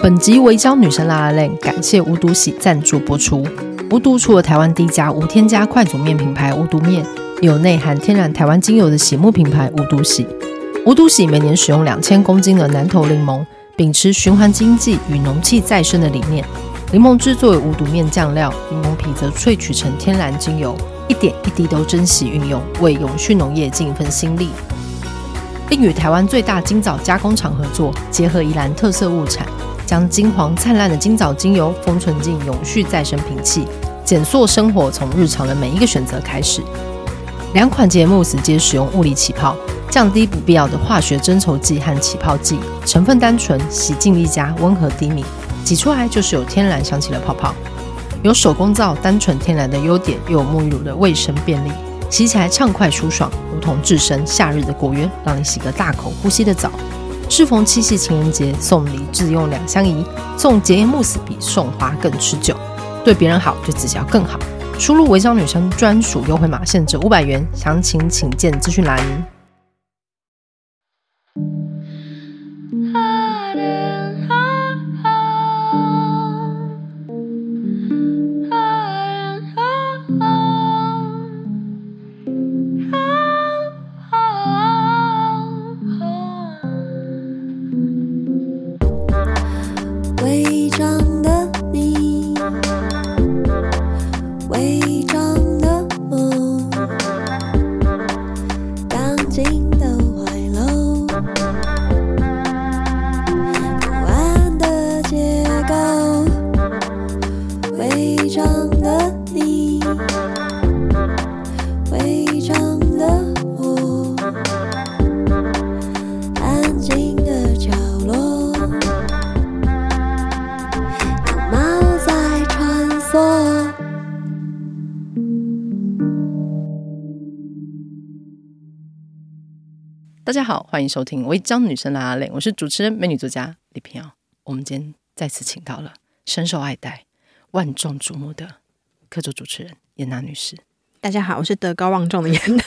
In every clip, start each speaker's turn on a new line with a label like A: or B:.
A: 本集为将女神拉拉链，感谢无毒喜赞助播出。无毒除了台湾第一家无添加快煮面品牌无毒面，也有内含天然台湾精油的洗沐品牌无毒洗。无毒洗每年使用两千公斤的南投柠檬，秉持循环经济与农气再生的理念。柠檬汁作为无毒面酱料，柠檬皮则萃取成天然精油，一点一滴都珍惜运用，为永续农业尽一份心力。并与台湾最大金枣加工厂合作，结合宜兰特色物产，将金黄灿烂的金枣精油封存进永续再生瓶器，减塑生活从日常的每一个选择开始。两款节目直接使用物理起泡，降低不必要的化学增稠剂和起泡剂，成分单纯，洗净力佳，温和低敏，挤出来就是有天然香气的泡泡。有手工皂单纯天然的优点，又有沐浴乳的卫生便利，洗起来畅快舒爽，如同置身夏日的果园，让你洗个大口呼吸的澡。适逢七夕情人节，送礼自用两相宜，送洁颜慕斯比送花更持久。对别人好就自己要更好。输入“微商女生”专属优惠码，限制五百元，详情请见资讯栏。
B: 伪装的你，伪装的我，钢筋的怀楼，不安的结构，伪装的你，伪装的我，安静的角落。猫在穿梭。
A: 大家好，欢迎收听《微张女生拉拉链》，我是主持人美女作家李平遥。我们今天再次请到了深受爱戴、万众瞩目的客座主持人严娜女士。
C: 大家好，我是德高望重的严 娜。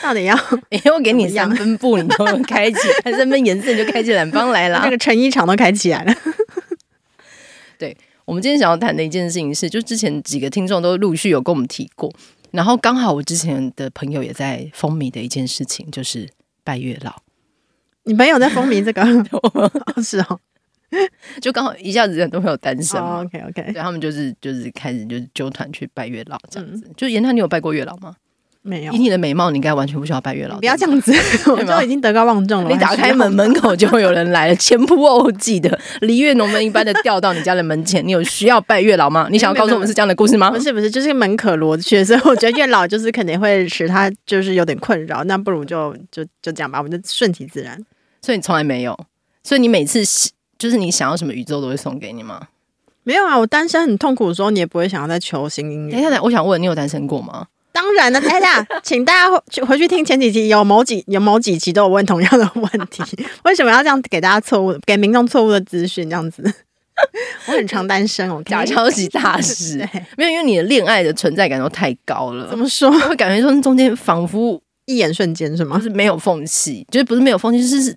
C: 到底要
A: 因哎为我给你
C: 怎么样
A: 三分步，你就开起，还三分颜色你就开起染帮来啦
C: 那。个成衣厂都开起来了？
A: 我们今天想要谈的一件事情是，就之前几个听众都陆续有跟我们提过，然后刚好我之前的朋友也在风靡的一件事情，就是拜月老，
C: 你朋友在风靡这 个？哦是哦。
A: 就刚好一下子很多朋友单身嘛，
C: 哦 OK OK，
A: 对他们就是就是开始就是纠团去拜月老这样子。就严探，你有拜过月老吗？
C: 嗯没有
A: 以，你的美貌，你应该完全不需要拜月老。
C: 不要这样子，我就已经德高望重了。
A: 你打开门，门口就会有人来了，前仆后继的，梨越浓门一般的掉到你家的门前。你有需要拜月老吗？你想要告诉我们是这样的故事吗
C: 不？是不是，就是门可罗雀，所以我觉得月老就是肯定会使他就是有点困扰。那不如 就就就这样吧，我们就顺其自然。
A: 所以你从来没有，所以你每次喜就是你想要什么宇宙都会送给你吗？
C: 没有啊，我单身很痛苦的时候，你也不会想要再求新姻
A: 等一
C: 缘。
A: 下，等一下我想问你有单身过吗？
C: 当然了，哎大家 请大家回去回去听前几集，有某几有某几集都有问同样的问题， 为什么要这样给大家错误、给民众错误的资讯？这样子， 我很常单身，我
A: 假消息大师
C: 对
A: 没有，因为你的恋爱的存在感都太高
C: 怎
A: 了，
C: 么说？
A: 会感觉说中间仿佛
C: 一眼瞬间是
A: 不
C: 吗？
A: 是没有缝隙，就是不是没有缝隙，就是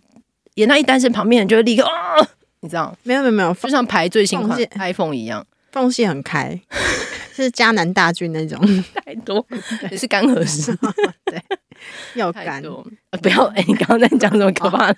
A: 演到一单身，旁边人就会立刻啊，你知道，
C: 没有没有没有，
A: 就
C: 缝
A: 像排最新款
C: 缝隙
A: iPhone 一样，
C: 缝隙很开， 是迦南大军那种，
A: 太多也是干合适，
C: 又
A: 太
C: 干。
A: 多。呃不要，哎、你刚刚在讲什么可怕的？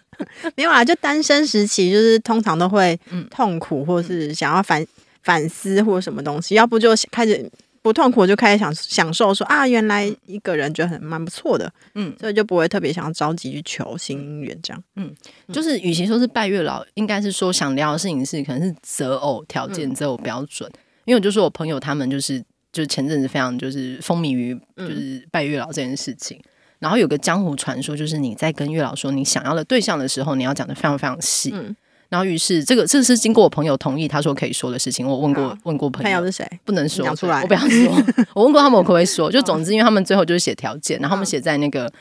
C: 没有啦，就单身时期，就是通常都会
A: 嗯
C: 痛苦，或是想要反反思或什么东西，要不就开始不痛苦，就开始享享受说啊，原来一个人觉得很蛮不错的，
A: 嗯
C: 所以就不会特别想要着急去求新姻缘这样。
A: 就是与其说是拜月老，应该是说想聊的事情是可能是择偶条件、择偶标准。因为我就说我朋友他们就是就是前阵子非常就是风靡于就是拜月老这件事情。然后有个江湖传说，就是你在跟月老说你想要的对象的时候，你要讲的非常非常细。
C: 嗯
A: 然后于是这个这是经过我朋友同意，他说可以说的事情。我问过
C: 好
A: 问过朋
C: 朋
A: 友
C: 友，是谁？
A: 不能说
C: 你讲出来
A: 我不要 说。我问过他们，我可不可以说？就总之，因为他们最后就是写条件，然后他们写在那个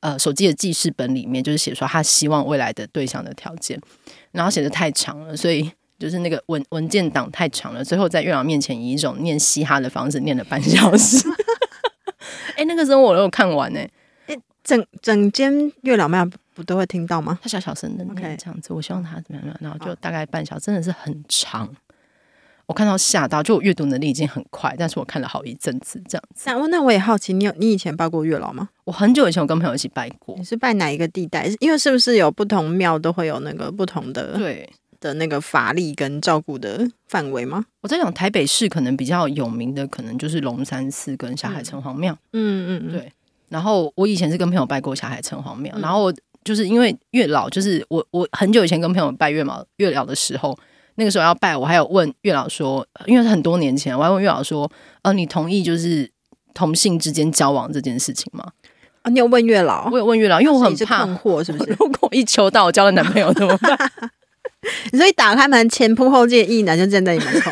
A: 呃手机的记事本里面，就是写说他希望未来的对象的条件，然后写的太长了，所以。就是那个文文件档太长了，最后在月老面前以一种念 嘻哈的方式念了半小时。哎、那个时候我都有看完呢、
C: 诶整整间月老庙不都会听到吗？
A: 他小小声的
C: OK
A: 念这样子，我希望他怎么样，然后就大概半小时，真的是很长。我看到吓到，就我阅读能力已经很快，但是我看了好一阵子这样子。
C: 啊那我那我也好奇，你有你以前拜过月老吗？
A: 我很久以前我跟朋友一起拜过
C: 你，是拜哪一个地带？因为是不是有不同庙都会有那个不同的
A: 对，
C: 的那个法力跟照顾的范围吗？
A: 我在想台北市可能比较有名的，可能就是龙山寺跟霞海城隍庙。
C: 嗯嗯嗯，
A: 对然后我以前是跟朋友拜过霞海城隍庙，
C: 嗯
A: 然后我就是因为月老，就是我我很久以前跟朋友拜月老月老的时候，那个时候要拜，我还有问月老说，呃因为是很多年前，我还问月老说，呃，你同意就是同性之间交往这件事情吗？
C: 啊，你有问月老？
A: 我有问月老，因为我
C: 所以
A: 很
C: 你是
A: 怕
C: 困，惑，是不 是？
A: 如果一求到我交了男朋友怎么办？
C: 所以打开门前仆后继的异男就站在你门口，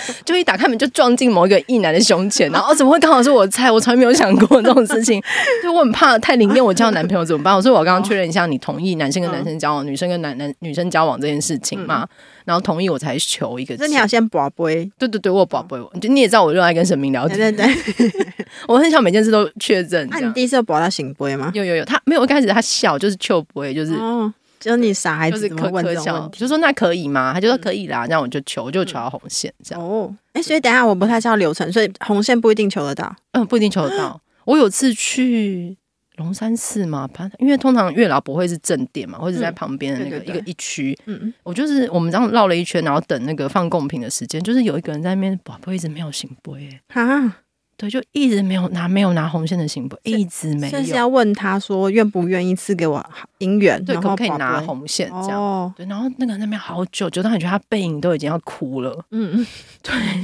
A: 就一打开门就撞进某一个异男的胸前，然后、哦、怎么会刚好是我菜？我从来没有想过这种事情， 对我很怕太灵验，我交男朋友怎么办？我说我刚刚确认一下，你同意男生跟男生交往，女生跟男男女生交往这件事情吗？然后同意我才求一个
C: 可
A: 签。
C: 嗯是你嗯好先拔杯，
A: 对对对，我有宝贝，就你也知道我热爱跟神明聊
C: 对
A: 天，
C: 对对。
A: 我很想每件事都确认
C: 嗯
A: 这
C: 那、啊你
A: 样。
C: 第一次有拔到醒杯吗？
A: 有有有，他没有一开始他笑，就是求不会，就是、
C: 哦，就是你傻孩
A: 就
C: 子
A: 是
C: 怎么
A: 可
C: 会问
A: 可
C: 这种嗯
A: 笑
C: 问，题？
A: 就说那可以吗？他就说可以啦，然后我就求，就求到红线这样。
C: 哦，哎、所以等一下我不太知道流程，所以红线不一定求得到。
A: 嗯，不一定求得到。我有次去龙山寺嘛，反正因为通常月老不会是正殿嘛，或者是在
C: 嗯
A: 旁边的那个、
C: 对对对
A: 一个一区。
C: 嗯，
A: 我就是我们这样绕了一圈，然后等那个放贡品的时间，就是有一个人在那边，宝贝一直没有醒杯、欸，
C: 啊，
A: 对，就一直没有拿没有拿红线的醒杯，一直没
C: 所以是
A: 有。
C: 要问他说愿不愿意赐给我姻缘，
A: 对，
C: 然
A: 可
C: 后
A: 不可以
C: 宝
A: 拿
C: 贝
A: 红线这样？
C: 哦，
A: 对，然后那个人在那边好久，久到你觉得他背影都已经要哭了，
C: 嗯，嗯，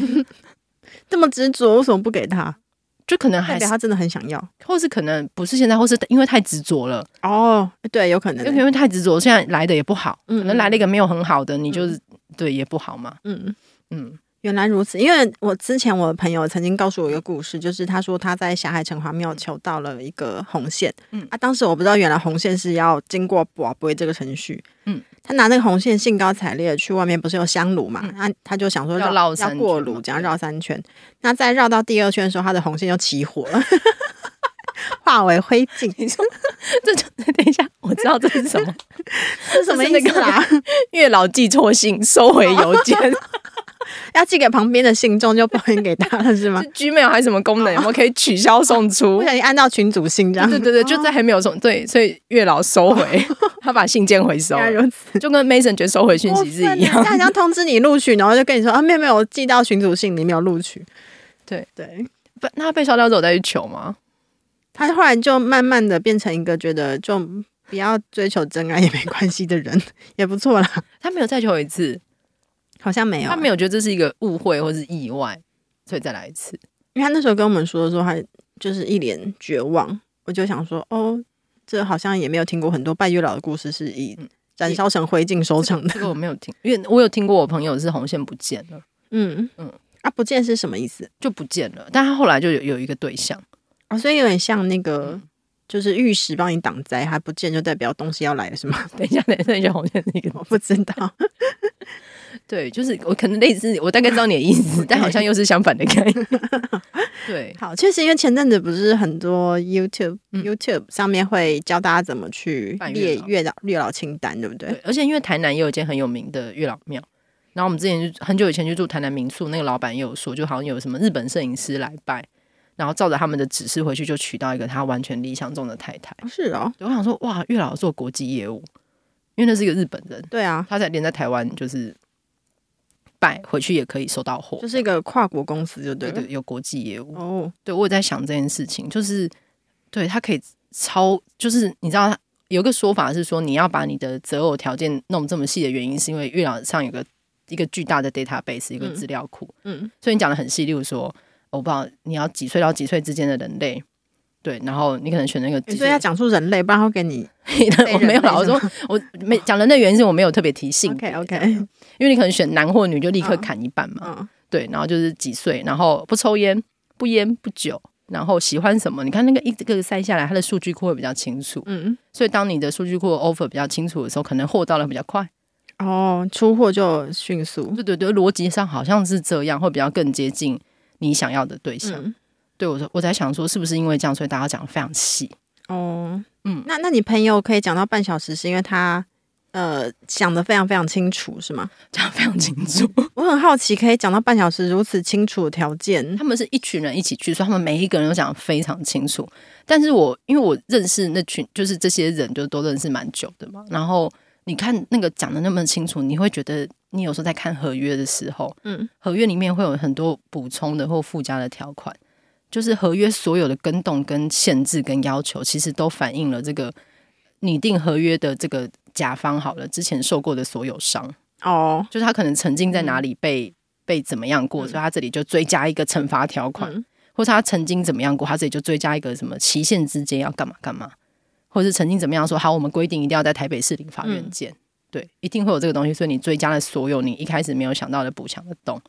C: 对，这么执着，为什么不给他？
A: 就可能
C: 代
A: 还是
C: 表，他真的很想要。
A: 或是可能不是现在，或是因为太执着了，
C: 哦，对，有可能
A: 因为因为太执着，现在来的也不好，
C: 嗯
A: 可能来了一个没有很好的，你就是、对也不好嘛。
C: 嗯，嗯
A: 嗯，
C: 原来如此。因为我之前我的朋友曾经告诉我一个故事，就是他说他在霞海城隍庙求到了一个红线，
A: 嗯
C: 啊，当时我不知道原来红线是要经过卜龟这个程序，
A: 嗯，
C: 他拿那个红线兴高采烈地去外面，不是有香炉嘛，他、他就想说
A: 嗯要
C: 绕
A: 绕三
C: 过
A: 圈
C: 炉，
A: 嘛
C: 这样
A: 对
C: 绕三圈，那在绕到第二圈的时候，他的红线就起火了， 化为灰烬，
A: 你说这就等一下，我知道这是什么，
C: 是什么意思啊啦？
A: 月老寄错信，收回邮件，
C: 要寄给旁边的信众就不能给他了是吗
A: 是？Gmail 还是什么功能？我们可以取消送出
C: 不？小心按到群主信这样
A: 对，对对，就在还没有送对，所以月老收回，他把信件回收
C: 原
A: 了，
C: 来如此。
A: 就跟 Mason 觉收回讯息是一
C: 过分欸
A: 样。
C: 他好像通知你录取，然后就跟你说啊，没有没有，我寄到群组信里没有录取。
A: 对
C: 对，
A: 不， 那他被烧掉之后再去求吗？
C: 他后来就慢慢的变成一个觉得就不要追求真爱也没关系的人， 也不错啦。
A: 他没有再求一次，
C: 好像没有欸，
A: 他没有觉得这是一个误会或是意外，所以再来一次。
C: 因为他那时候跟我们说的时候，他就是一脸绝望。我就想说，哦，这好像也没有听过很多拜月老的故事是以
A: 嗯
C: 燃烧成灰烬收场的。
A: 这个我没有听，因为我有听过我朋友是红线不见了，
C: 嗯嗯
A: 嗯，
C: 啊，不见是什么意思？
A: 就不见了，但他后来就有有一个对象，
C: 哦，所以有点像那个，
A: 嗯
C: 就是玉石帮你挡灾，它不见就代表东西要来了，是吗？
A: 等一下，等一下，你觉得红线是一个
C: 我不知道，
A: 对，就是我可能类似，我大概知道你的意思，但好像又是相反的概念。 对，
C: 好，确实，因为前阵子不是很多 YouTube、
A: 嗯
C: YouTube 上面会教大家怎么去
A: 拜
C: 列
A: 月老
C: 月老月老清单，对不对？
A: 对，而且因为台南也有一间很有名的月老庙，然后我们之前就很久以前去住台南民宿，那个老板也有说，就好像有什么日本摄影师来拜，然后照着他们的指示回去，就娶到一个他完全理想中的太太。
C: 哦是哦，
A: 对我想说，哇，月老做国际业务，因为那是一个日本人，
C: 对啊，
A: 他在连在台湾就是拜回去也可以收到货，
C: 就是一个跨国公司，就对
A: 对
C: 了。
A: 哦对，有国际业务。
C: 哦，
A: 对我有在想这件事情，就是对他可以超，就是你知道他有个说法是说，你要把你的择偶条件弄这么细的原因，是因为月老上有个一个巨大的 database，一个
C: 嗯
A: 资料库，
C: 嗯，
A: 所以你讲的很细，例如说，我不知道你要几岁到几岁之间的人类。对，然后你可能选那个几
C: 所
A: 岁
C: 以要讲出人类，不然会给你
A: 的，我没有啦，我
C: 被人类
A: 说我没讲人的原因是我没有特别提性别
C: OK
A: 这样
C: OK，
A: 因为你可能选男或女就立刻
C: 嗯
A: 砍一半嘛，
C: 嗯，
A: 对，然后就是几岁，然后不抽烟、不烟、不酒，然后喜欢什么？你看那个一个个筛下来，它的数据库会比较清楚。
C: 嗯，
A: 所以当你的数据库 offer 比较清楚的时候，可能获到了比较快。
C: 哦，出货就迅速，
A: 对对对，逻辑上好像是这样，会比较更接近你想要的对象。
C: 嗯，
A: 对我说，我在想说，是不是因为这样，所以大家讲得非常细？
C: 哦，
A: 嗯，
C: 那那你朋友可以讲到半小时，是因为他呃讲的非常非常清楚，是吗？
A: 讲得非常清楚。
C: 我很好奇，可以讲到半小时如此清楚的条件，
A: 他们是一群人一起去，所以他们每一个人都讲得非常清楚。但是我因为我认识那群，就是这些人，就都认识蛮久的嘛。然后你看那个讲的那么清楚，你会觉得你有时候在看合约的时候，
C: 嗯，
A: 合约里面会有很多补充的或附加的条款，就是合约所有的跟动、跟限制、跟要求，其实都反映了这个拟定合约的这个甲方好了之前受过的所有伤。
C: 哦，
A: 就是他可能曾经在
C: 嗯
A: 哪里被、被怎么样过，所以他这里就追加一个惩罚条款，
C: 嗯
A: 或是他曾经怎么样过，他这里就追加一个什么期限之间要干嘛干嘛，或是曾经怎么样说好，我们规定一定要在台北市立法院
C: 嗯
A: 见，对，一定会有这个东西，所以你追加了所有你一开始没有想到的补强的洞。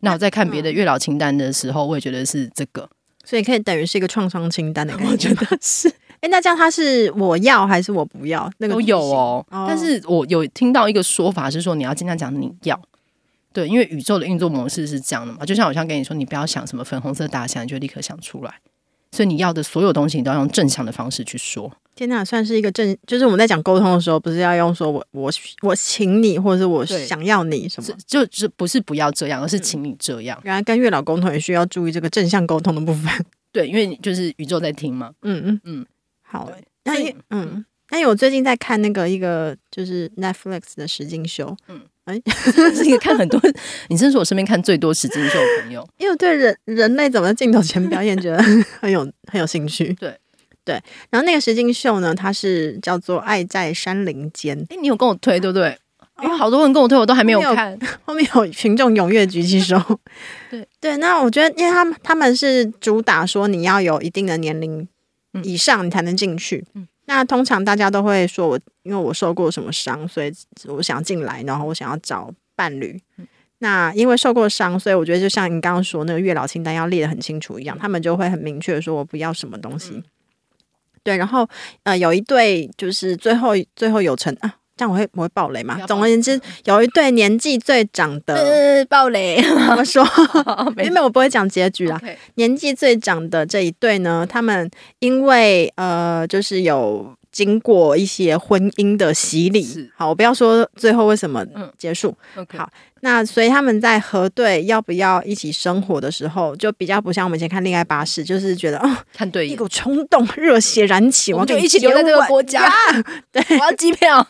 A: 那我在看别的
C: 嗯
A: 月老清单的时候，我也觉得是这个，
C: 所以可以等于是一个创伤清单的感
A: 我
C: 觉
A: 觉。得 是
C: 哎、那这样他是我要还是我不要？那个
A: 都有哦
C: 哦。
A: 但是我有听到一个说法是说，你要尽量讲你要。对，因为宇宙的运作模式是这样的嘛，就像我像跟你说，你不要想什么粉红色大象，你就立刻想出来。所以你要的所有东西，你都要用正向的方式去说。
C: 天哪，算是一个正，就是我们在讲沟通的时候，不是要用说我我我请你，或者是我
A: 对
C: 想要你什
A: 是
C: 么？
A: 就就是不是不要这样，而
C: 嗯
A: 是请你这样。
C: 原来跟月老沟通也需要注意这个正向沟通的部分。
A: 对，因为你就是宇宙在听嘛。
C: 嗯嗯嗯
A: 嗯，
C: 好
A: 对。
C: 那
A: 所以
C: 因嗯，那因为我最近在看那个一个就是 Netflix 的实境秀，
A: 是一个看很多，你真是我身边看最多实境秀的朋友。
C: 因为我对人人类怎么在镜头前表演觉得 很有很有兴趣。
A: 对
C: 对，然后那个实境秀呢，它是叫做《爱在山林间》，
A: 哎、你有跟我推对不对？因为好多人跟我推，我都还没有
C: 哦没有
A: 看。
C: 后面有群众踊跃举起手。
A: 对
C: 对，那我觉得，因为他们他们是主打说你要有一定的年龄
A: 嗯
C: 以上，你才能进去。
A: 嗯
C: 那通常大家都会说我因为我受过什么伤，所以我想进来，然后我想要找伴侣。
A: 嗯
C: 那因为受过伤，所以我觉得就像你刚刚说那个月老清单要列得很清楚一样，他们就会很明确地说我不要什么东
A: 嗯
C: 西。对，然后呃，有一对就是最后最后有成啊，这样我会我会爆雷嘛
A: 不要。
C: 总
A: 爆
C: 而
A: 雷
C: 言之，有一对年纪最长的，
A: 呃，暴 雷，
C: 怎么说？
A: 没
C: 因为我不会讲结局啦。
A: OK
C: 嗯 年纪最长的这一对呢，他们因为呃，就是有经过一些婚姻的洗礼
A: 是。
C: 好，我不要说最后为什么
A: 嗯
C: 结束。
A: OK，
C: 好那所以他们在核对要不要一起生活的时候，就比较不像我们以前看《恋爱巴士》，就是觉得哦，
A: 看对
C: 一
A: 眼。
C: 股冲动，热血燃起，
A: 我
C: 要
A: 们就
C: 跟你
A: 一起留在这
C: 接
A: 个
C: 吻
A: 国 家
C: 呀。
A: 我要机票。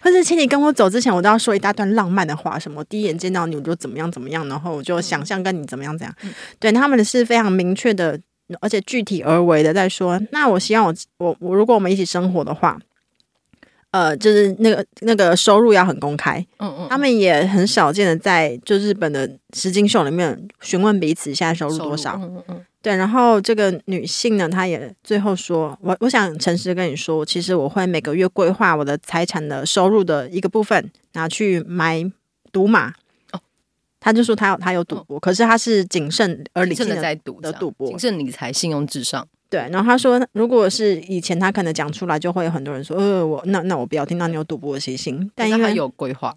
C: 或是请你跟我走之前，我都要说一大段浪漫的话，什么第一眼见到你我就怎么样怎么样，然后我就想象跟你怎么样怎样。对，他们是非常明确的，而且具体而为的在说。那我希望我我我如果我们一起生活的话，呃，就是那个那个收入要很公开，
A: 嗯嗯，
C: 他们也很少见的在就日本的实境秀里面询问彼此现在收入多少。
A: 嗯嗯嗯，
C: 对，然后这个女性呢，她也最后说，我我想诚实地跟你说，其实我会每个月规划我的财产的收入的一个部分拿去买赌马。
A: 哦
C: 她就说她有她有赌博，可是她是谨慎而理
A: 谨
C: 性
A: 慎的
C: 的。
A: 在赌这
C: 的
A: 样
C: 赌博
A: 谨慎理财，信用至上。
C: 对，然后她说，如果是以前她可能讲出来，就会有很多人说，呃，我那那我不要听到你有赌博的习性。但
A: 可
C: 因
A: 是他
C: 为
A: 有规划，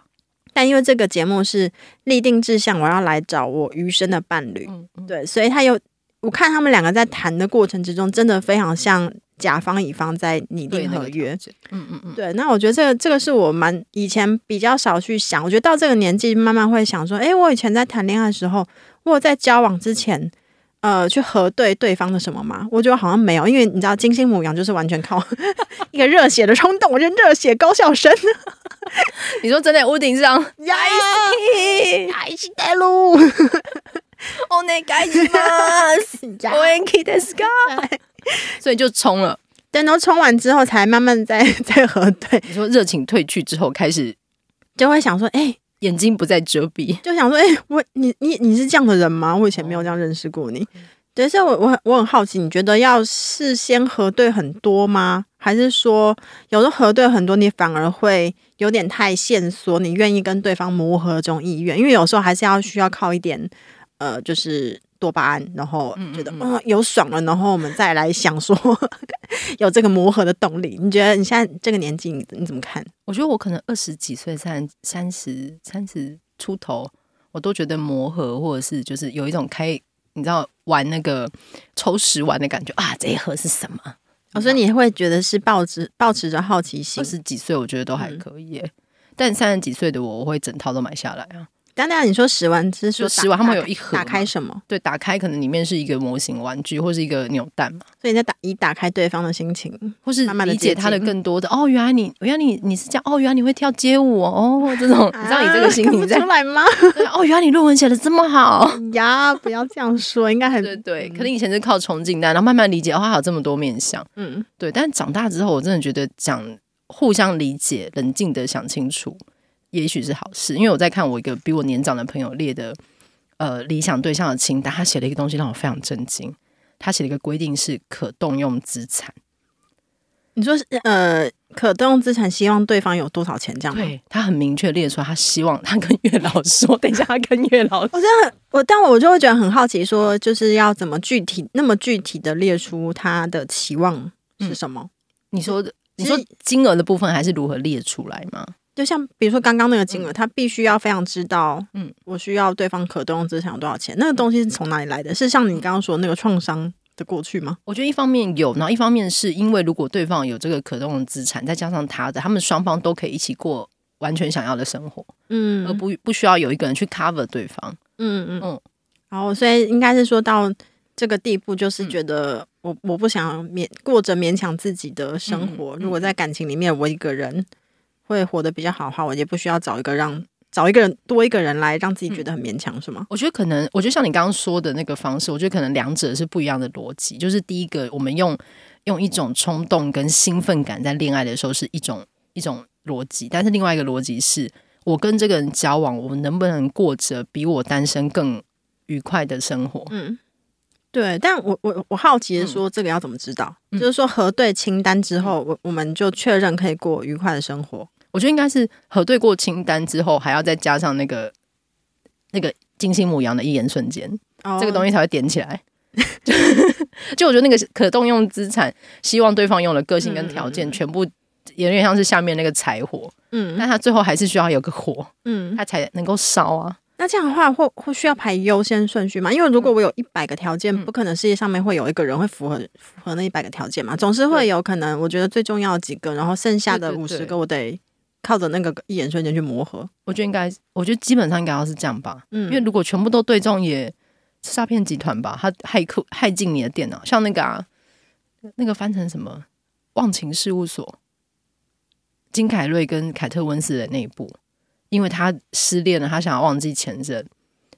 C: 但因为这个节目是立定志向，我要来找我余生的伴侣。
A: 嗯，嗯，
C: 对，所以他有我看他们两个在谈的过程之中，真的非常像甲方乙方在拟
A: 对
C: 定合
A: 那
C: 约。，
A: 个条件嗯嗯嗯，
C: 对，那我觉得这个这个是我蛮以前比较少去想，我觉得到这个年纪慢慢会想说，诶，我以前在谈恋爱的时候，我有在交往之前，呃，去核对对方的什么吗？我觉得好像没有，因为你知道金星母羊就是完全靠 一个热血的冲动，我就热血高校生，
A: 你说真的，屋顶 上，
C: 呀，爱情带路，
A: 哦，那该死吗？ 我 K 的 sky，所以就冲了。
C: 等都冲完之后，才慢慢再再核对，
A: 你说热情褪去之后，开始
C: 就会想说，哎、
A: 眼睛不再遮蔽，
C: 就想说，哎、我你你你是这样的人吗？我以前没
A: 哦
C: 有这样认识过你。
A: 嗯
C: 对，所以我我很我很好奇，你觉得要事先核对很多吗？还是说有时候核对很多，你反而会有点太线索，你愿意跟对方磨合这种意愿？因为有时候还是要需要靠一点，呃，就是多巴胺，然后
A: 嗯嗯
C: 觉得嗯
A: 嗯
C: 有爽了，然后我们再来想说 有这个磨合的动力。你觉得你现在这个年纪，你你怎么看？
A: 我觉得我可能二十几岁、三三十、三十出头，我都觉得磨合或者是就是有一种开，你知道玩那个抽食玩的感觉啊，这一盒是什么？
C: 哦，所以你会觉得是抱持抱持着好奇心
A: 二。十几岁，我觉得都
C: 嗯
A: 还可以耶。但三十几岁的我，我会整套都买下来啊。
C: 当然，你说十万是说
A: 就
C: 打
A: 10万他们
C: 打
A: 有一盒
C: 打开
A: 嘛
C: 什么？
A: 对，打开可能里面是一个模型玩具，或是一个扭蛋嘛，
C: 所以你在打以打开对方的心情，
A: 或是
C: 慢慢地
A: 理解
C: 接
A: 他的
C: 近嗯
A: 更多的。哦，原来你，原来你你是这样，哦，原来你会跳街舞哦，哦这种，你知道你这
C: 啊
A: 个心
C: 看
A: 情
C: 不
A: 在
C: 出。来吗？
A: 对哦，原来你论文写的这么好。
C: 呀，不要这样说，应该很
A: 对对，可能以前是靠冲劲但然后慢慢理解，哦，他还有这么多面相。
C: 嗯，
A: 对，但长大之后，我真的觉得讲互相理解、冷静的想清楚，也许是好事。因为我在看我一个比我年长的朋友列的呃理想对象的清单，他写了一个东西让我非常震惊。他写了一个规定是可动用资产，
C: 你说是呃，可动用资产希望对方有多少钱这样吗？
A: 对他很明确列出来，他希望他跟月老说， 等一下他跟月老
C: 我真的很我，但我就会觉得很好奇，说就是要怎么具体那么具体的列出他的期望
A: 嗯
C: 是什么？
A: 你说的你
C: 其
A: 说
C: 实
A: 金额的部分还是如何列出来吗？
C: 就像比如说刚刚那个金额，他必须要非常知道，
A: 嗯
C: 嗯，我需要对方可动用资产有多少钱，那个东西是从哪里来的？是像你刚刚说那个创伤的过去吗？
A: 我觉得一方面有，然后一方面是因为如果对方有这个可动的资产，再加上他的，他们双方都可以一起过完全想要的生活，
C: 嗯
A: 而不不需要有一个人去 cover 对方。
C: 嗯嗯
A: 嗯
C: 嗯。然后，所以应该是说到这个地步，就是
A: 嗯
C: 觉得我、我不想勉过着勉强自己的生活。
A: 嗯嗯
C: 如果在感情里面，我一个人会活得比较好的话，我也不需要找一个让找一个人多一个人来让自己觉得很勉强，是吗？
A: 我觉得可能，我觉得像你刚刚说的那个方式，我觉得可能两者是不一样的逻辑。就是第一个，我们用用一种冲动跟兴奋感在恋爱的时候是一种一种逻辑，但是另外一个逻辑是我跟这个人交往，我们能不能过着比我单身更愉快的生活？
C: 嗯，对。但我我我好奇的说，
A: 嗯
C: 这个要怎么知道？就是说核对清单之后，我我们就确认可以过愉快的生活。
A: 我觉得应该是核对过清单之后，还要再加上那个那个金星母羊的一眼瞬间，
C: 哦
A: 这个东
C: 西
A: 西才会点起来。就就我觉得那个可动用资产，希望对方用的个性跟条件，全部有点像是下面那个柴火，
C: 嗯
A: 但他最后还是需要有个火，
C: 嗯，
A: 他才能够烧啊。
C: 那这样的话，会会需要排优先顺序吗？因为如
A: 嗯
C: 果我有一百个条件，不可能世界上面会有一个人会符合符合那一百个条件嘛，总是会有可能。我觉得最重要的几个，然后剩下的
A: 对对
C: 五
A: 对
C: 十个，我得靠着那个一眼瞬间去磨合。
A: 我觉得应该，我觉得基本上应该要是这样吧，
C: 嗯，
A: 因为如果全部都对中也。是诈骗集团吧？他骇客骇进你的电脑，像那个啊，那个翻成什么《忘情事务所》，金凯瑞跟凯特温斯的那一部，因为他失恋了，他想要忘记前任，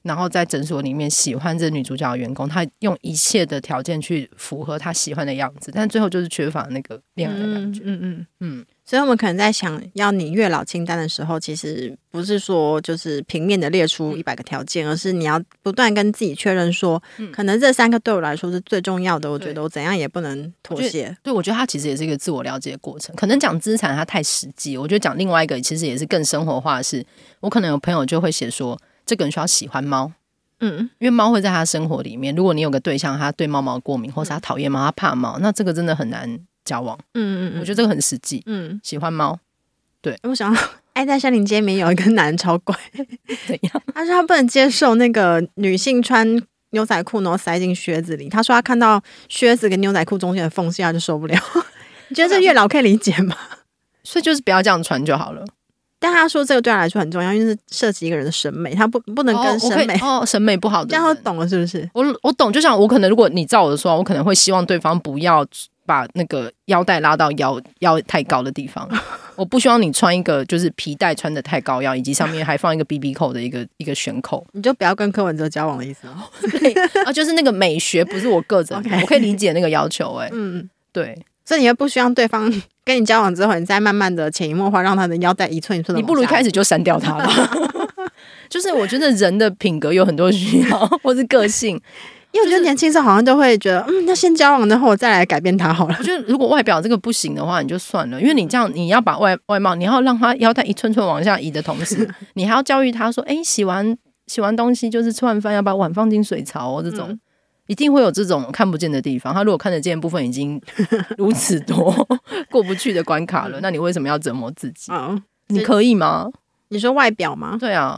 A: 然后在诊所里面喜欢这女主角的员工，他用一切的条件去符合他喜欢的样子，但最后就是缺乏那个恋爱的感
C: 嗯
A: 觉。
C: 嗯嗯。
A: 嗯，
C: 所以我们可能在想要你月老清单的时候，其实不是说就是平面的列出一百个条件，而是你要不断跟自己确认说，
A: 嗯
C: 可能这三个对我来说是最重要的，我
A: 对
C: 觉得我怎样也不能妥
A: 觉得
C: 协。
A: 对，我觉得他其实也是一个自我了解的过程。可能讲资产它太实际，我觉得讲另外一个其实也是更生活化的是，我可能有朋友就会写说，这个人需要喜欢猫，
C: 嗯，
A: 因为猫会在他生活里面。如果你有个对象，他对猫毛过敏，或是
C: 嗯
A: 他讨厌猫，他怕猫，那这个真的很难交往。
C: 嗯嗯嗯，
A: 我觉得这个很实际，
C: 嗯。
A: 喜欢猫
C: 我想到《 爱在森林间》里面有一个男人超怪，
A: 怎样？
C: 他说他不能接受那个女性穿牛仔裤然后塞进靴子里，他说他看到靴子跟牛仔裤中间的缝隙他就受不了。 你觉得这月老可以理解吗？
A: 所以就是不要这样穿就好了。
C: 但他说这个对他来说很重要，因为是涉及一个人的审美，他不不能嗯跟
A: 哦，我可
C: 审
A: 以
C: 美，
A: 哦，审美不好
C: 这
A: 的
C: 样他
A: 人，
C: 懂了是不是？
A: 我我懂。就像我可能，如果你照我的说法，我可能会希望对方不要把那个腰带拉到腰腰太高的地方。我不希望你穿一个就是皮带穿的太高腰，以及上面还放一个 BB 扣的一个一个悬 扣。
C: 你就不要跟柯文哲交往的意思吗？
A: 对啊，就是那个美学不是我个人的
C: OK
A: 我可以理解那个要求、哎，
C: 嗯，
A: 对。
C: 所以你又不希望对方跟你交往之后，你再慢慢的潜移默化让他的腰带一寸一寸的。
A: 你不如一开始就删掉它 吧。 就是我觉得人的品格有很多需要，或是个性。
C: 因为我觉得年轻时候好像都会觉得，嗯，那先交往，然后我再来改变他好了。
A: 我觉得如果外表这个不行的话，你就算了，因为你这样你要把外外貌，你要让他腰带一寸寸往下移的同 时，你还要教育他说：“哎、洗完洗完东西就是吃完饭要把碗放进水槽、哦。”这种、
C: 嗯
A: 一定会有这种看不见的地方。他如果看得见的部分已经如此多 过不去的关卡了，那你为什么要折磨自己？
C: 嗯，
A: 你可嗯啊以吗？
C: 你说外表吗？
A: 对啊，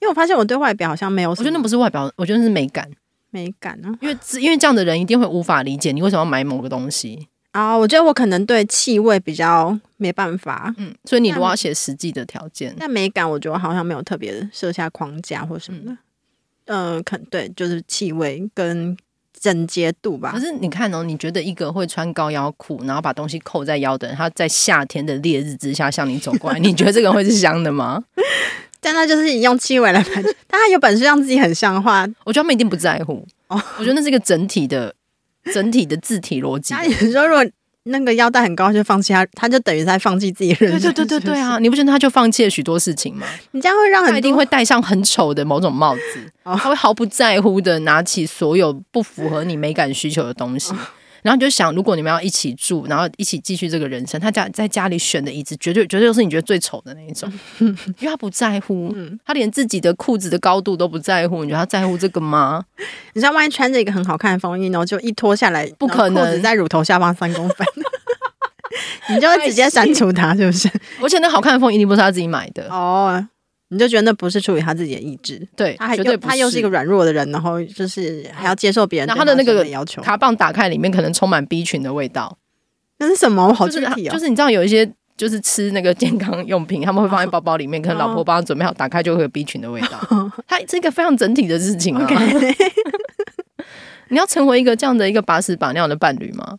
C: 因为我发现我对外表好像没有
A: 我
C: 什
A: 觉得那
C: 么
A: 不是外表，我觉得是美感。
C: 美感啊。
A: 因为这因为这样的人一定会无法理解你为什么要买某个东西。
C: 啊、我觉得我可能对气味比较没办法，
A: 嗯，所以你如果要写实际的条件，
C: 但美感我觉得好像没有特别设下框架或什么的。嗯，呃、可对，就是气味跟整洁度吧
A: 可。是你看哦，你觉得一个会穿高腰裤，然后把东西扣在腰的人，他在夏天的烈日之下向你走过来，你觉得这个人会是香的 吗？
C: 但那就是你用气味来判断， 但他有本事让自己很像的话，
A: 我觉得他们一定不在乎。
C: 哦
A: 我觉得那是一个整体的、整体的字体逻 辑
C: 那。你说如果那个腰带很高就放弃他，他就等于在放弃自己人
A: 对
C: 生。
A: 对对对对啊！你不觉得他就放弃了许多事情吗？
C: 你这样会让很
A: 他一定会戴上很丑的某种帽子，
C: 哦
A: 他会毫不在乎的拿起所有不符合你美感需求的东
C: 哦
A: 西。然后你就想，如果你们要一起住，然后一起继续这个人生，他家在家里选的椅子，绝对绝对就是你觉得最丑的那一 种，因为他不在乎，
C: 嗯
A: 他连自己的裤子的高度都不在乎，你觉得他在乎这个 吗？
C: 你知道，万一穿着一个很好看的风衣，然后就一脱下来，
A: 不可能
C: 然后裤子在乳头下方三公分， 你就会直接删除它，是不是？
A: 而且那好看的风一定不是他自己买的，
C: 哦，你就觉得那不是出于他自己的意志，
A: 对
C: 他还，
A: 绝对
C: 又
A: 不
C: 他又是一个软弱的人，然后就是还要接受别人
A: 然
C: 对
A: 后他的那
C: 审
A: 个
C: 美要求，
A: 卡棒打开，里面可能充满 B 群的味道，
C: 那是什么？我好
A: 就
C: 具
A: 是他
C: 体哦，
A: 就是你知道有一些就是吃那个健康用品，他们会放在包包里
C: 哦
A: 面，可能老婆帮他准备好，打开就会有 B 群的味道。 它是一个非常整体的事情啊。 你要成为一个这样的一个把屎把尿的伴侣吗？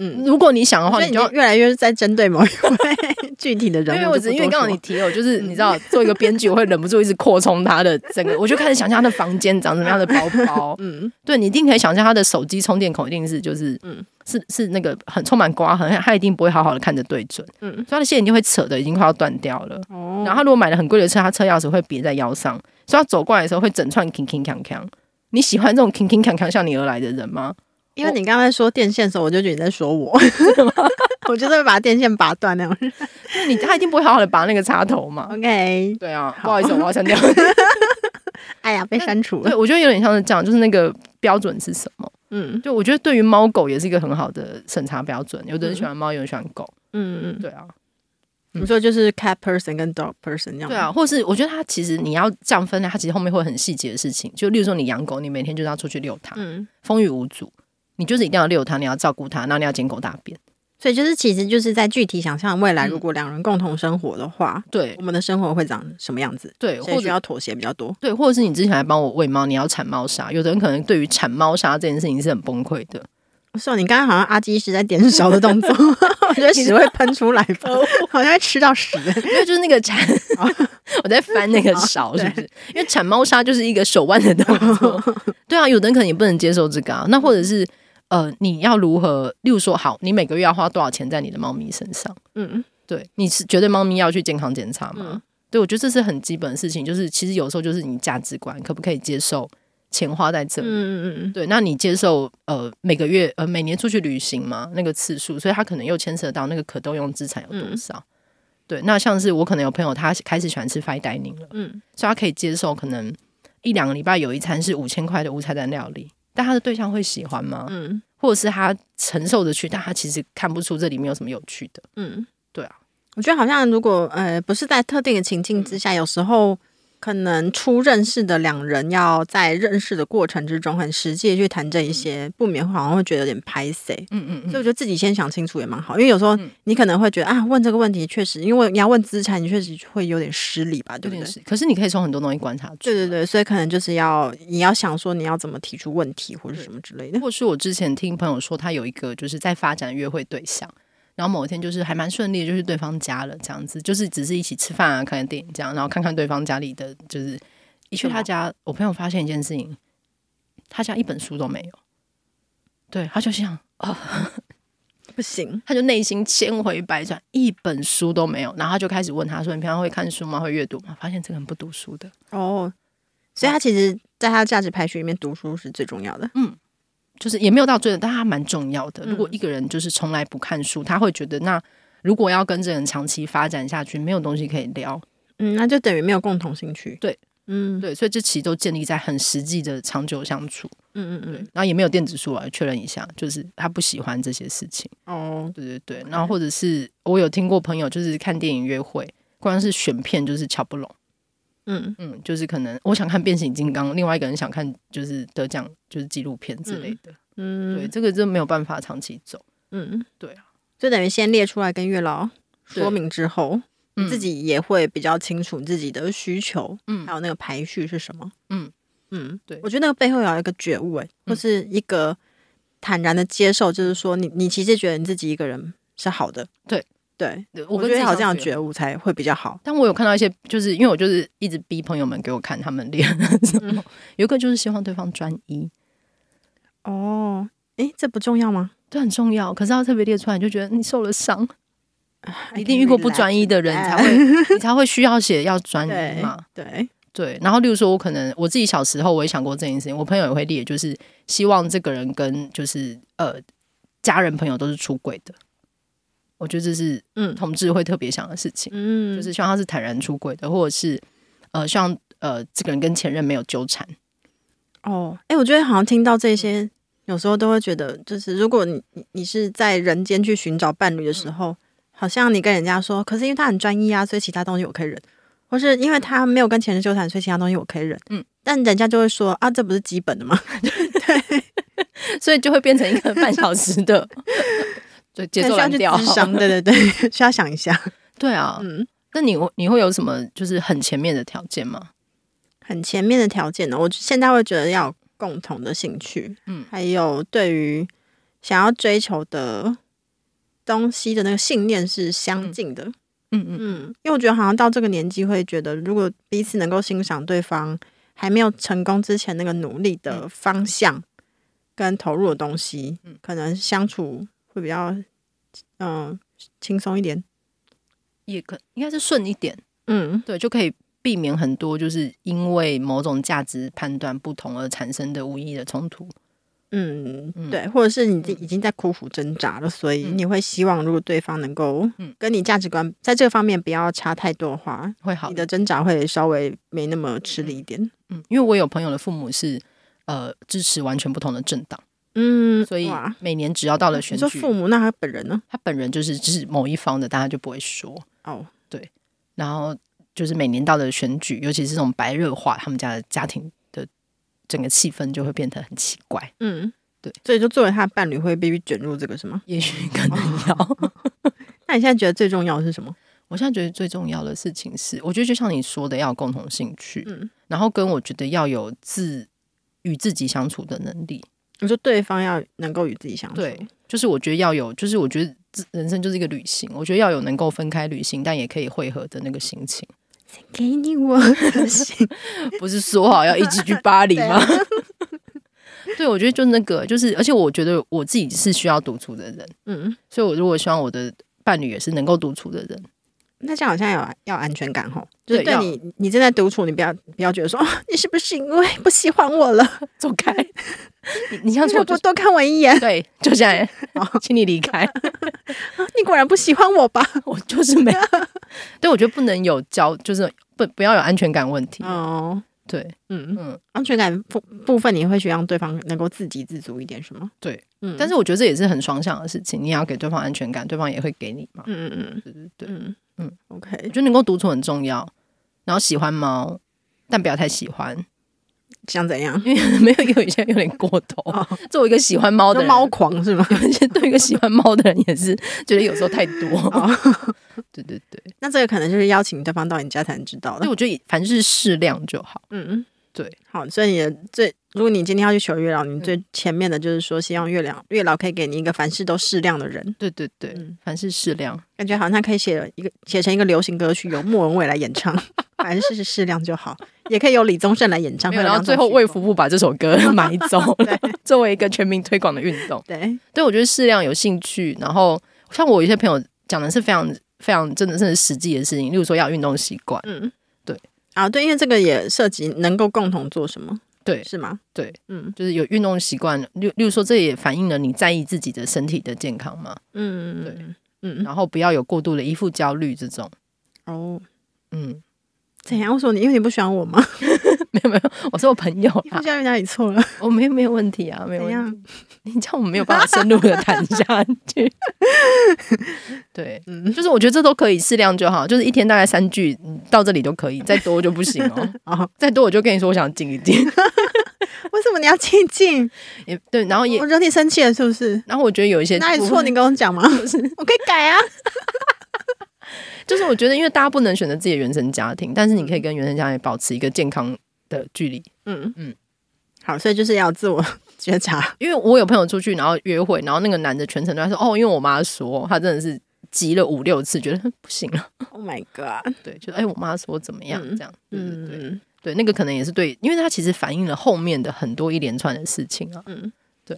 C: 嗯
A: 如果你想的话，
C: 所以
A: 哦你
C: 你
A: 就要。
C: 就越来越在针对某一位 具体的
A: 因
C: 人物
A: 为
C: 就
A: 我只
C: 不多说，
A: 因为刚好你提了，我 就是你知道，做一个编剧，我会忍不住一直扩充他的整个，我就开始想象他的房间长什么样的包包，
C: 嗯，
A: 对你一定可以想象他的手机充电口一定是就是，
C: 嗯
A: 是是那个很充满刮痕，他一定不会好好的看着对准，
C: 嗯
A: 所以他的线一定会扯的已经快要断掉了。
C: 哦，
A: 然后他如果买了很贵的车，他车钥匙会别在腰上，所以他走过来的时候会整串 king king 锵锵。你喜欢这种 king king 锵锵向你而来的人吗？
C: 因为你刚才说电线的时候，我就觉得你在 说我， 我就是会把电线拔断那种人。
A: 那你他一定不会好好的拔那个插头 嘛？
C: 嗯 OK，
A: 对啊，不好意思，我要删掉。
C: 哎呀，被删除
A: 对，
C: 了，
A: 我觉得有点像是这样，就是那个标准是什么？
C: 嗯
A: 就我觉得对于猫狗也是一个很好的审查标准，有的人喜欢猫，有人喜欢狗。
C: 嗯嗯。
A: 对啊，嗯
C: 你说就是 cat person 跟 dog person 这样吗。
A: 对啊，或是我觉得它其实你要这样分类，它其实后面会有很细节的事情。就例如说，你养狗，你每天就是要出去遛它，
C: 嗯，
A: 风雨无阻，你就是一定要遛它，你要照顾它，然后你要捡狗大便。
C: 所以就是其实就是在具体想象未来，
A: 嗯
C: 如果两人共同生活的话，
A: 对
C: 我们的生活会长什么样子？
A: 对，
C: 嗯所以
A: 或
C: 需
A: 者
C: 要妥协比较多。
A: 对，或者是你之前还帮我喂猫，你要铲猫砂。有的人可能对于铲猫砂这件事情是很崩溃的。
C: 是哦，你刚刚好像阿基是在点勺 的动作，我觉得屎会喷出来吧，
A: 哦
C: 好像会吃到屎。
A: 因为就是那个铲， 我在翻那个勺，是不是？因为铲猫砂就是一个手腕的动作。对啊，有的人可能也不能接受这个啊。那或者是呃，你要如何？例如说，好，你每个月要花多少钱在你的猫咪身上？
C: 嗯，
A: 对，你是觉得猫咪要去健康检查吗？
C: 嗯
A: 对，我觉得这是很基本的事情，就是其实有时候就是你价值观可不可以接受钱花在这
C: 嗯
A: 里？
C: 嗯嗯
A: 对，那你接受呃每个月呃每年出去旅行吗？那个次数，所以它可能又牵扯到那个可动用资产有多
C: 嗯
A: 少。对，那像是我可能有朋友他开始喜欢吃 fine dining 了，
C: 嗯
A: 所以他可以接受可能一两个礼拜有一餐是五千块的无菜单料理，但他的对象会喜欢吗？
C: 嗯
A: 或者是他承受得去，但他其实看不出这里面有什么有趣的。
C: 嗯嗯，
A: 对啊，
C: 我觉得好像如果呃不是在特定的情境之
A: 嗯
C: 下，有时候可能初认识的两人要在认识的过程之中很实际的去谈这一些，不免好像会觉得有点拍 C。
A: 嗯嗯
C: 所以我觉得自己先想清楚也蛮好，因为有时候
A: 嗯
C: 你可能会觉得啊，问这个问题确实，因为你要问资产，你确实会有点失礼吧，对
A: 有
C: 不
A: 点
C: 对？
A: 是，可是你可以从很多东西观察出。
C: 对对对，所以可能就是要你要想说你要怎么提出问题或者什么之类的。
A: 或是我之前听朋友说，他有一个就是在发展约会对象，然后某一天就是还蛮顺利的，就是对方家了这样子，就是只是一起吃饭啊、看看电影这样，然后看看对方家里的，就是一去
C: 什么
A: 他家，我朋友发现一件事情，他家一本书都没有，对，他就想，
C: 不行，
A: 他就内心千回百转，一本书都没有，然后他就开始问他说：“你平常会看书吗？会阅读吗？”发现这个人不读书的，
C: 哦，所以他其实在他的价值排序里面，读书是最重要的。
A: 嗯就是也没有到最，但他蛮重要的。
C: 嗯
A: 如果一个人就是从来不看书，他会觉得那如果要跟这个人长期发展下去，没有东西可以聊。
C: 嗯，那就等于没有共同兴趣。
A: 对，
C: 嗯，
A: 对，所以这其实都建立在很实际的长久相处，
C: 嗯嗯嗯，
A: 然后也没有电子书啊，确认一下，就是他不喜欢这些事情。
C: 哦，
A: 对对对，然后或者是我有听过朋友就是看电影约会，光是选片就是瞧不拢。
C: 嗯
A: 嗯，就是可能我想看变形金刚，另外一个人想看就是得奖就是纪录片之类的。
C: 嗯，
A: 对，，这个真没有办法长期走。嗯，对啊，
C: 就等于先列出来跟月老说明之后，
A: 嗯
C: 你自己也会比较清楚自己的需求，
A: 嗯
C: 还有那个排序是什么。
A: 嗯
C: 嗯，
A: 对嗯
C: 我觉得那个背后有一个觉悟、欸，或是一个坦然的接受，就是说你你其实觉得你自己一个人是好的，
A: 对
C: 对，
A: 我
C: 我觉
A: 跟
C: 得好
A: 这
C: 像
A: 样
C: 有觉悟才会比较好。
A: 但我有看到一些，就是因为我就是一直逼朋友们给我看他们练什
C: 嗯
A: 么， 有一个就是希望对方专一，
C: 哦，诶，这不重要吗？
A: 这很重要。可是要特别列出来，你就觉得你受了伤，
C: I
A: 一定
C: can
A: 遇过不
C: relax
A: 专一的人，你
C: that
A: 才 会你才会需要写要专一
C: 对
A: 嘛。
C: 对，
A: 对，然后例如说，我可能我自己小时候我也想过这件事情，我朋友也会列，就是希望这个人跟就是呃家人朋友都是出轨的。我觉得这是
C: 嗯
A: 同志会特别想的事情。
C: 嗯，
A: 就是希望他是坦然出轨的，或者是呃，希望呃这个人跟前任没有纠缠。
C: 哦，哎、我觉得好像听到这些，有时候都会觉得，就是如果你你你是在人间去寻找伴侣的
A: 嗯
C: 时候，好像你跟人家说，可是因为他很专一啊，所以其他东西我可以忍，或是因为他没有跟前任纠缠，所以其他东西我可以忍。
A: 嗯，
C: 但人家就会说啊，这不是基本的吗？
A: 所以就会变成一个半小时的， 对节奏
C: 很
A: 乱
C: 需
A: 掉
C: 要去。智商，对对对， 需要想一下。
A: 对啊，
C: 嗯，
A: 那你会你会有什么就是很前面的条件吗？
C: 很前面的条件呢，哦我现在会觉得要有共同的兴趣，
A: 嗯
C: 还有对于想要追求的东西的那个信念是相近的。
A: 嗯嗯，
C: 嗯，因为我觉得好像到这个年纪会觉得，如果彼此能够欣赏对方还没有成功之前那个努力的方向跟投入的东西，
A: 嗯
C: 可能相处会比较嗯、呃轻松一点。
A: 也可应该是顺一点，
C: 嗯，
A: 对，就可以避免很多就是因为某种价值判断不同而产生的无意义的冲突。
C: 嗯
A: 嗯，
C: 对，或者是你已经已经在苦苦挣扎了，所以
A: 嗯
C: 你会希望，如果对方能够
A: 嗯
C: 跟你价值观在这个方面不要差太多的话，
A: 会好
C: 你的挣扎会稍微没那么吃力一点。
A: 嗯，因为我有朋友的父母是呃支持完全不同的政党，
C: 嗯，
A: 所以
C: 哇
A: 每年只要到了选
C: 你
A: 举，
C: 说父母，那他本人呢？
A: 他本人就是支持某一方的，大家就不会说。
C: 哦，
A: 然后就是每年到了选举，尤其是这种白热化，他们家的家庭的整个气氛就会变得很奇怪。
C: 嗯，
A: 对，
C: 所以就作为他的伴侣会必须卷入这个是吗？
A: 也许可能要。
C: 那你现在觉得最重要的是什么？
A: 我现在觉得最重要的事情是，我觉得就像你说的，要有共同兴趣，
C: 嗯
A: 然后跟我觉得要有自与自己相处的能力。
C: 你说对方要能够与自己相处，
A: 对，就是我觉得要有，就是我觉得自人生就是一个旅行，我觉得要有能够分开旅行，但也可以汇合的那个心情。
C: 给你我的心，
A: 不是说好要一起去巴黎吗？ 对，我觉得就那个，就是，而且我觉得我自己是需要独处的人，
C: 嗯，
A: 所以我如果希望我的伴侣也是能够独处的人，
C: 那这样好像有要安全感吼，就是
A: 对
C: 对
A: 要
C: 你，你正在独处，你不要不要觉得说、哦、你是不是因为 不喜欢我了，
A: 走开，你你像
C: 你
A: 是我就
C: 就不多看我一眼，
A: 对，就这样， 请你离开，
C: 你果然不喜欢我吧？
A: 我就是没有，对我觉得不能有交，就是不不要有安全感问题，
C: 哦，
A: 对，
C: 嗯
A: 嗯
C: 嗯，安全感部部分你会希望对方能够自给自足一点，是吗？
A: 对，
C: 嗯，
A: 但是我觉得这也是很双向的事情，你也要给对方安全感，对方也会给你嘛，
C: 嗯嗯
A: 对对
C: 嗯
A: 对，
C: 嗯
A: 嗯
C: 嗯，OK，
A: 我觉得能够独处很重要，然后喜欢猫，但不要太喜欢。
C: 想怎样？
A: 因为没有有一些有点过头。作为一个喜欢猫的
C: 哦就
A: 人，
C: 猫狂是吗？
A: 有一些对一个喜欢猫的人也是觉得有时候太
C: 哦
A: 多。对对对，
C: 那这个可能就是邀请对方到你家才能知道
A: 所以
C: 的。
A: 我觉得凡事适量就好。
C: 嗯嗯，
A: 对，
C: 好，所以你的最，如果你今天要去求月老，
A: 嗯
C: 你最前面的就是说，希望月亮月老可以给你一个凡事都适量的人，
A: 对对对，
C: 嗯
A: 凡事适量。
C: 感觉好像可以写一个写成一个流行歌曲，由莫文蔚来演唱， 凡事是适量就好，也可以由李宗盛来演唱。
A: 没
C: 会
A: 有，然
C: 有
A: 后
C: 两种
A: 最后
C: 曲
A: 卫
C: 风
A: 福部把这首歌买 走了，作为一个全民推广的运动。
C: 对，
A: 对，我觉得适量有兴趣，然后像我有些朋友讲的是非常非常真的是很实际的事情，例如说要有运动习惯。
C: 嗯，
A: 对
C: 啊，对，因为这个也涉及能够共同做什么，
A: 对
C: 是吗？
A: 对，
C: 嗯
A: 就是有运动习惯，例例如说，这也反映了你在意自己的身体的健康嘛。
C: 嗯，嗯嗯，
A: 然后不要有过度的依附焦虑这种。
C: 哦，
A: 嗯，
C: 怎样？我说你，因为你不喜欢 我吗？
A: 没有没有，我是我朋友
C: 嗯依
A: 啦
C: 附，焦虑哪里错了？
A: 我没有没有问题啊，没有问
C: 怎
A: 题。
C: 样？
A: 你这样我没有办法深入的谈下去。 对，
C: 嗯
A: 就是我觉得这都可以适量就好，就是一天大概三句，嗯到这里就可以，再多就不行哦。
C: 哦，
A: 再多我就跟你说我想静一静。
C: 为什么你要静 静？
A: 也对，然后也
C: 我惹你生气了是不是？
A: 然后我觉得有一些
C: 哪里
A: 部
C: 哦错？
A: 分
C: 你跟我讲嘛， 我可以改啊。
A: 就是我觉得因为大家不能选择自己的原生家庭，但是你可以跟原生家庭保持一个健康的距离。
C: 嗯嗯
A: 嗯，
C: 好，所以就是要自我觉察。
A: 因为我有朋友出去，然后约会，然后那个男的全程都在说：“哦，因为我妈说，她真的是急了五六次，觉得哼不行了。
C: Oh my god！”
A: 对，就哎、我妈说怎么样、
C: 嗯
A: 这样，对对对、
C: 嗯，
A: 对，那个可能也是对，因为它其实反映了后面的很多一连串的事情啊。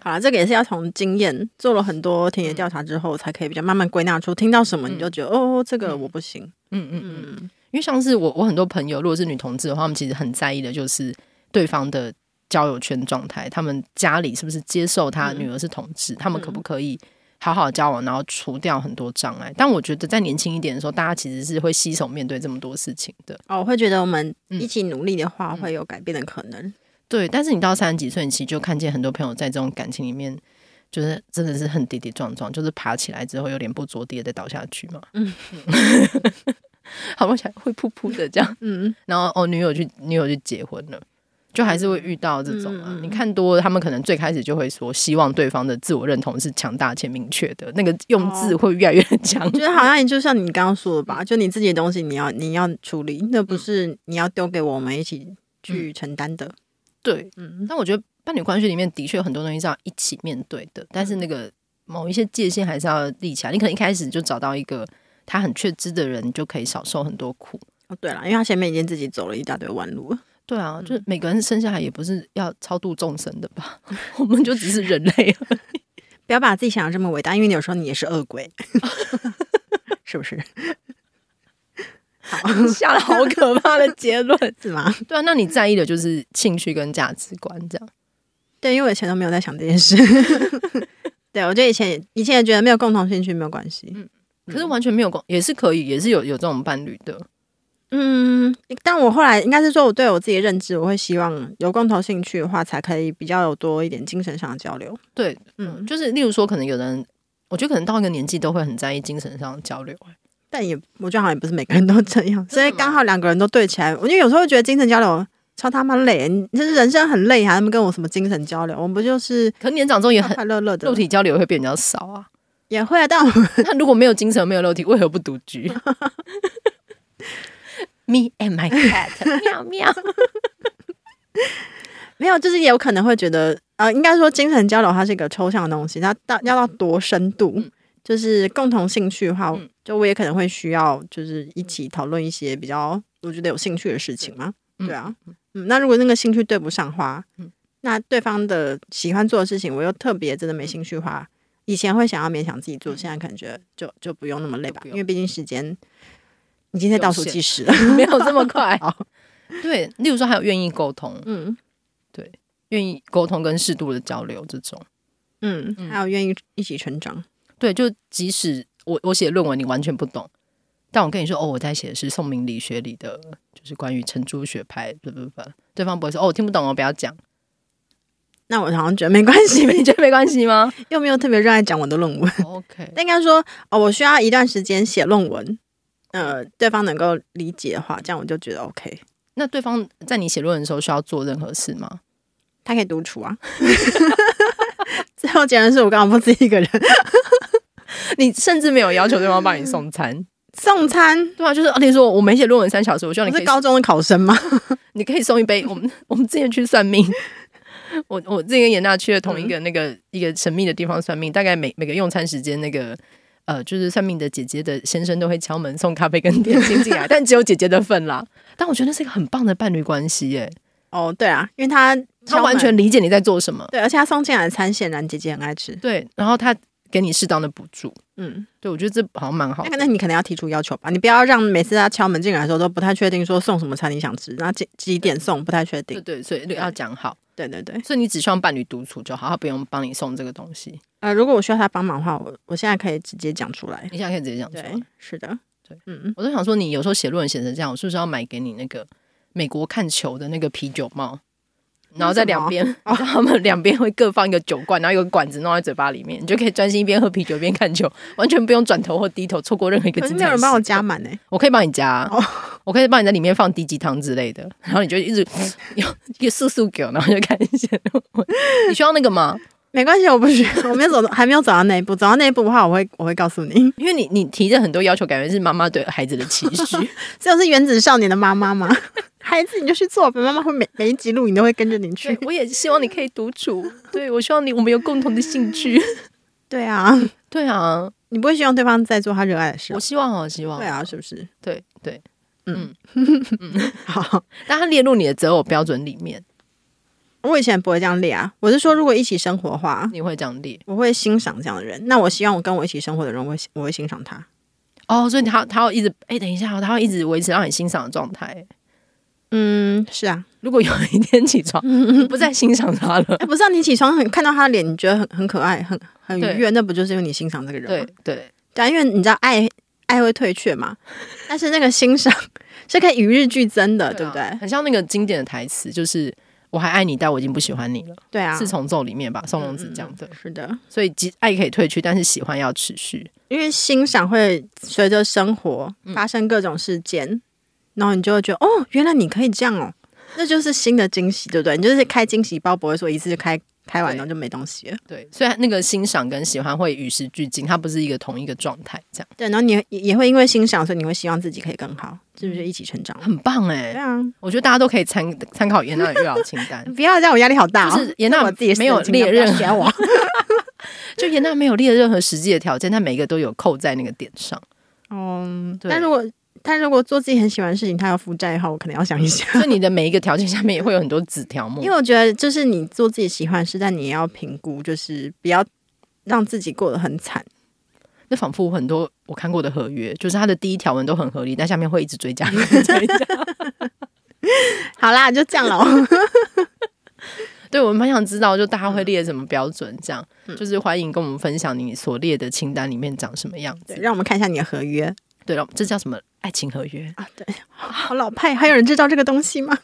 C: 好了，这个也是要从经验做了很多田野调查之后，才可以比较慢慢归纳出听到什么你就觉得、哦，这个我不行。
A: 嗯嗯嗯，
C: 嗯
A: 因为像是我，我很多朋友如果是女同志的话，他们其实很在意的就是对方的交友圈状态，他们家里是不是接受他女儿是同志，他们可不可以好好交往，然后除掉很多障碍。但我觉得在年轻一点的时候，大家其实是会携手面对这么多事情的。
C: 哦，我会觉得我们
A: 嗯
C: 一起努力的话，会有改变的可能。
A: 对，但是你到三十几岁，你其实就看见很多朋友在这种感情里面，就是真的是很跌跌撞撞，就是爬起来之后有脸不着地地再倒下去嘛。嗯， 好不起来会噗噗的这样，
C: 嗯，
A: 然后哦，女友去女友去结婚了。就还是会遇到这种啊，
C: 嗯嗯嗯
A: 你看多了，他们可能最开始就会说，希望对方的自我认同是强大且明确的，那个用字
C: 哦
A: 会越来 越强。
C: 我觉得好像也就像你刚刚说的吧，就你自己的东西，你要你要处理，那不是你要丢给我们一起去承担的。
A: 对，
C: 嗯，
A: 但我觉得伴侣关系里面的确有很多东西是要一起面对的，但是那个某一些界限还是要立起来。你可能一开始就找到一个他很确知的人，你就可以少受很多苦。
C: 哦对了，因为他前面已经自己走了一大堆弯路了。
A: 对啊，就是每个人生下来也不是要超度众生的吧？ 我们就只是人类啊而已。
C: 不要把自己想的这么伟大，因为你有时候你也是 恶鬼，是不是？
A: 下了好可怕的结论。
C: 是吗？
A: 对啊，那你在意的就是兴趣跟价值观这样。
C: 对，因为我以前都没有在想这件事。 对，我觉得以前也以前也觉得没有共同兴趣没有关系。
A: 可是完全没有共，也是可以，也是有有这种伴侣的。
C: 嗯，但我后来应该是说，我对我自己的认知，我会希望有共同兴趣的话，才可以比较有多一点精神上的交流。
A: 对，
C: 嗯，
A: 就是例如说，可能有人，我觉得可能到一个年纪都会很在意精神上的交流。欸
C: 但也我觉得好像也不是每个人都这样，所以
A: 吗
C: 刚好两个人都对起来。我因为有时候会觉得精神交流超他妈累，你就是人生很累，还他们跟我什么精神交流？我们不就是
A: 可能年长之后也
C: 快
A: 很
C: 快乐乐的
A: 肉体交流会变比较少啊。
C: 也会啊，但我
A: 那如果没有精神，没有肉体，为何不独居？Me and my cat，喵喵。
C: 没有，就是也有可能会觉得，呃，应该说精神交流它是一个抽象的东西，它到要到多深度，
A: 嗯
C: 就是共同兴趣的话
A: 嗯，
C: 就我也可能会需要，就是一起讨论一些比较我觉得有兴趣的事情嘛。
A: 嗯
C: 对啊，嗯，那如果那个兴趣对不上的话，
A: 嗯
C: 那对方的喜欢做的事情，我又特别真的没兴趣的
A: 嗯
C: 话，以前会想要勉强自己做，现在感觉得就就不用那么累吧
A: 就，不
C: 因
A: 用
C: 为毕竟时间已经在倒数
A: 有限嗯
C: 计时了。
A: 没有这么快
C: 好。
A: 对，例如说还有愿意沟通，
C: 嗯
A: 愿意沟通跟适度的交流这种。
C: 嗯，
A: 嗯
C: 还有愿意一起成长。
A: 对，就即使我我写论文你完全不懂，但我跟你说哦，我在写的是宋明理学里的，就是关于程朱学派，不不不，对方不会说哦，我听不懂哦，不要讲，
C: 那我好像觉得没关系，
A: 你觉得没关系吗
C: 又没有特别热爱讲我的论文，
A: ？OK，
C: 但应该说，哦，我需要一段时间写论文，呃，对方能够理解的话，这样我就觉得 OK。
A: 那对方在你写论文的时候需要做任何事吗？
C: 他可以独处啊。 最后结论是我刚好不止一个人
A: 你甚至没有要求对方帮你送餐，
C: 送餐。
A: 对啊，就是例如说我没写论文三小时，我希望
C: 我
A: 你可
C: 是
A: 以
C: 高中的考生吗？
A: 你可以送一杯。我们我们之前去算命， 我我之前跟严娜去了同一
C: 嗯
A: 个那个、一个神秘的地方算命，大概每每个用餐时间那个。呃，就是算命的姐姐的先生都会敲门送咖啡跟点心进来，但只有姐姐的份啦。但我觉得那是一个很棒的伴侣关系耶，
C: 哦，对啊，因为他
A: 他完全理解你在做什么，
C: 对，而且他送进来的餐显然姐姐很爱吃。
A: 对，然后他给你适当的补助，
C: 嗯，
A: 对我觉得这好像蛮好的
C: 那可能你可能要提出要求吧，你不要让每次他敲门进来的时候都不太确定说送什么餐你想吃，然后几几点送不太确
A: 对
C: 定。
A: 对，所以要讲好，
C: 对对对。
A: 所以你只需要伴侣独处就好，他不用帮你送这个东西，
C: 呃，如果我需要他帮忙的话，我我现在可以直接讲出来。
A: 你现在可以直接讲出来。，
C: 是的，
A: 对，
C: 嗯，
A: 我都想说，你有时候写论文写成这样，我是不是要买给你那个美国看球的那个啤酒帽？然后在两边，然
C: 哦
A: 后 他们两边会各放一个酒罐，然后有个管子弄在嘴巴里面，你就可以专心一边喝啤酒一边看球，完全不用转头或低头，错过任何一个
C: 可是
A: 精
C: 没
A: 彩
C: 有
A: 的
C: 人
A: 时
C: 帮我
A: 刻。
C: 加满哎、
A: 我可以帮你加，
C: 哦
A: 我可以帮你在里面放低级汤之类的，然后你就一 直有一个速速给我，然后就看一些。你需要那个吗？
C: 没关系，我不需要，我没有走到，还没有走到那一步。走到那一步的话，我会我会告诉你。
A: 因为你你提的很多要求，感觉是妈妈对孩子的期许。
C: 这就是原子少年的妈妈吗？ 孩子，你就去做吧，妈妈会每每一集录影都会跟着你去
A: 对。，我也希望你可以独处。对我希望你我们有共同的兴趣。
C: 对啊，
A: 对啊，
C: 你不会希望对方在做他热爱的事
A: 我
C: 哦？
A: 希望哦，希望
C: 对啊，是不是？
A: 对对，
C: 好，
A: 但它列入你的择偶标准里面，
C: 我以前不会这样列啊。我是说，如果一起生活的话，
A: 你会这样列
C: 我会欣赏这样的人。那我希望我跟我一起生活的人，我会我会欣赏他。
A: 哦。所以他他要一直哎、等一下、哦，他要一直维持让你欣赏的状态。
C: 嗯，是啊。
A: 如果有一天起床你不再欣赏他 了，
C: 哎，不是啊，你起床很看到他的脸，你觉得很很可爱，很很愉悦，那不就是因为你欣赏这个人吗？
A: 对对，
C: 对啊，因为你知道爱爱会退却 嘛，但是那个欣赏是可以与日俱增的，对不
A: 啊
C: 对？
A: 很像那个经典的台词，就是“我还爱你，但我已经不喜欢你了
C: 对”，啊，嗯
A: 是从咒里面吧，宋龙子讲的。
C: 是的，
A: 所以，即爱可以退去，但是喜欢要持续。
C: 因为欣赏会随着生活
A: 嗯
C: 发生各种事件，然后你就会觉得哦，原来你可以这样哦，那就是新的惊喜，对不对？你就是开惊喜包，不会说一次就开开完
A: 对
C: 然后就没东西了。
A: 对，所以那个欣赏跟喜欢会与时俱进，它不是一个同一个状态，这样
C: 对，然后你也也会因为欣赏，所以你会希望自己可以更好，是
A: 嗯
C: 不是一起成长？
A: 很棒哎、
C: 对啊，
A: 我觉得大家都可以参参考严娜的育儿清
C: ，
A: 单
C: 不要让我压力好大、哦，
A: 就是严娜
C: 这我自己的
A: 没有
C: 事情
A: 列任
C: 不要学我。
A: 就严娜没有列任何实际的条件，但每一个都有扣在那个点上。
C: 嗯，
A: 对
C: 但如果但如果做自己很喜欢的事情，他要负债的话，我可能要想一下，
A: 所以你的每一个条件下面也会有很多子条目，
C: 因为我觉得就是你做自己喜欢的事，但你也要评估，就是不要让自己过得很惨。
A: 那仿佛很多我看过的合约，就是它的第一条文都很合理，但下面会一直追 加追加。
C: 好啦，就这样 了。
A: 对我们蛮想知道，就大家会列什么标准，这样、
C: 嗯
A: 就是欢迎跟我们分享你所列的清单里面长什么样
C: 对，
A: 子。
C: 让我们看一下你的合约
A: 对了，这叫什么？爱情合约，
C: 啊。对，好老派，还有人知道这个东西吗？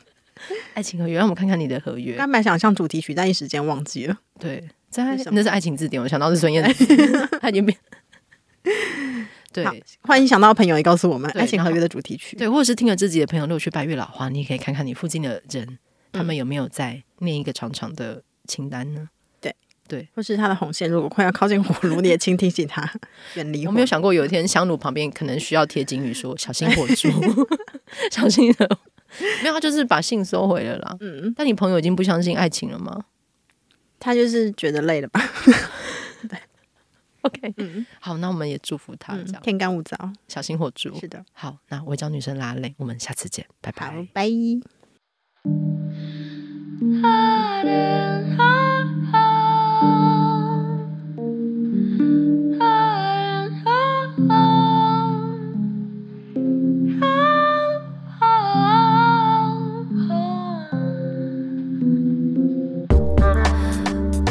A: 爱情合约，让我们看看你的合约。
C: 刚本来想上主题曲，但一时间忘记了。
A: 对，在
C: 是什么
A: 那是爱情字典，我想到是孙 燕姿， 她已经变。对
C: 好欢迎想到的朋友也告诉我们
A: 对
C: 爱情合约的主题曲。
A: 对，或者是听了自己的朋友，如果去拜月老花，你也可以看看你附近的
C: 嗯
A: 人，他们有没有在念一个长长 的清单呢？
C: 或是他的红线，如果快要靠近火炉，你也请提醒他远离 火。
A: 我没有想过有一天香炉旁边可能需要贴金鱼说小心火 烛， 小心的。没有，他就是把信收回了啦。
C: 嗯，
A: 但你朋友已经不相信爱情了吗
C: 他就是觉得累了吧？
A: ？OK，
C: 嗯
A: 好， 那我们也祝福他，
C: 嗯
A: 这样、
C: 天干物燥。
A: 小心火烛
C: 是。的，
A: 好，那我教女生拉累，我们下次见，拜
C: 好
A: 拜。，
C: 拜。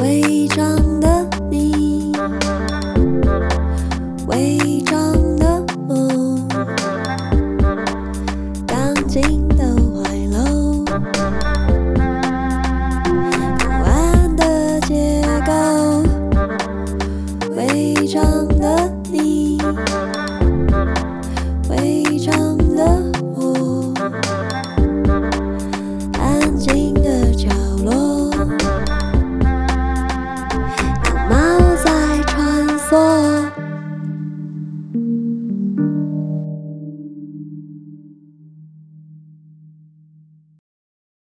D: 伪装的你，伪装的我，钢筋的怀楼，图案的结构，伪装的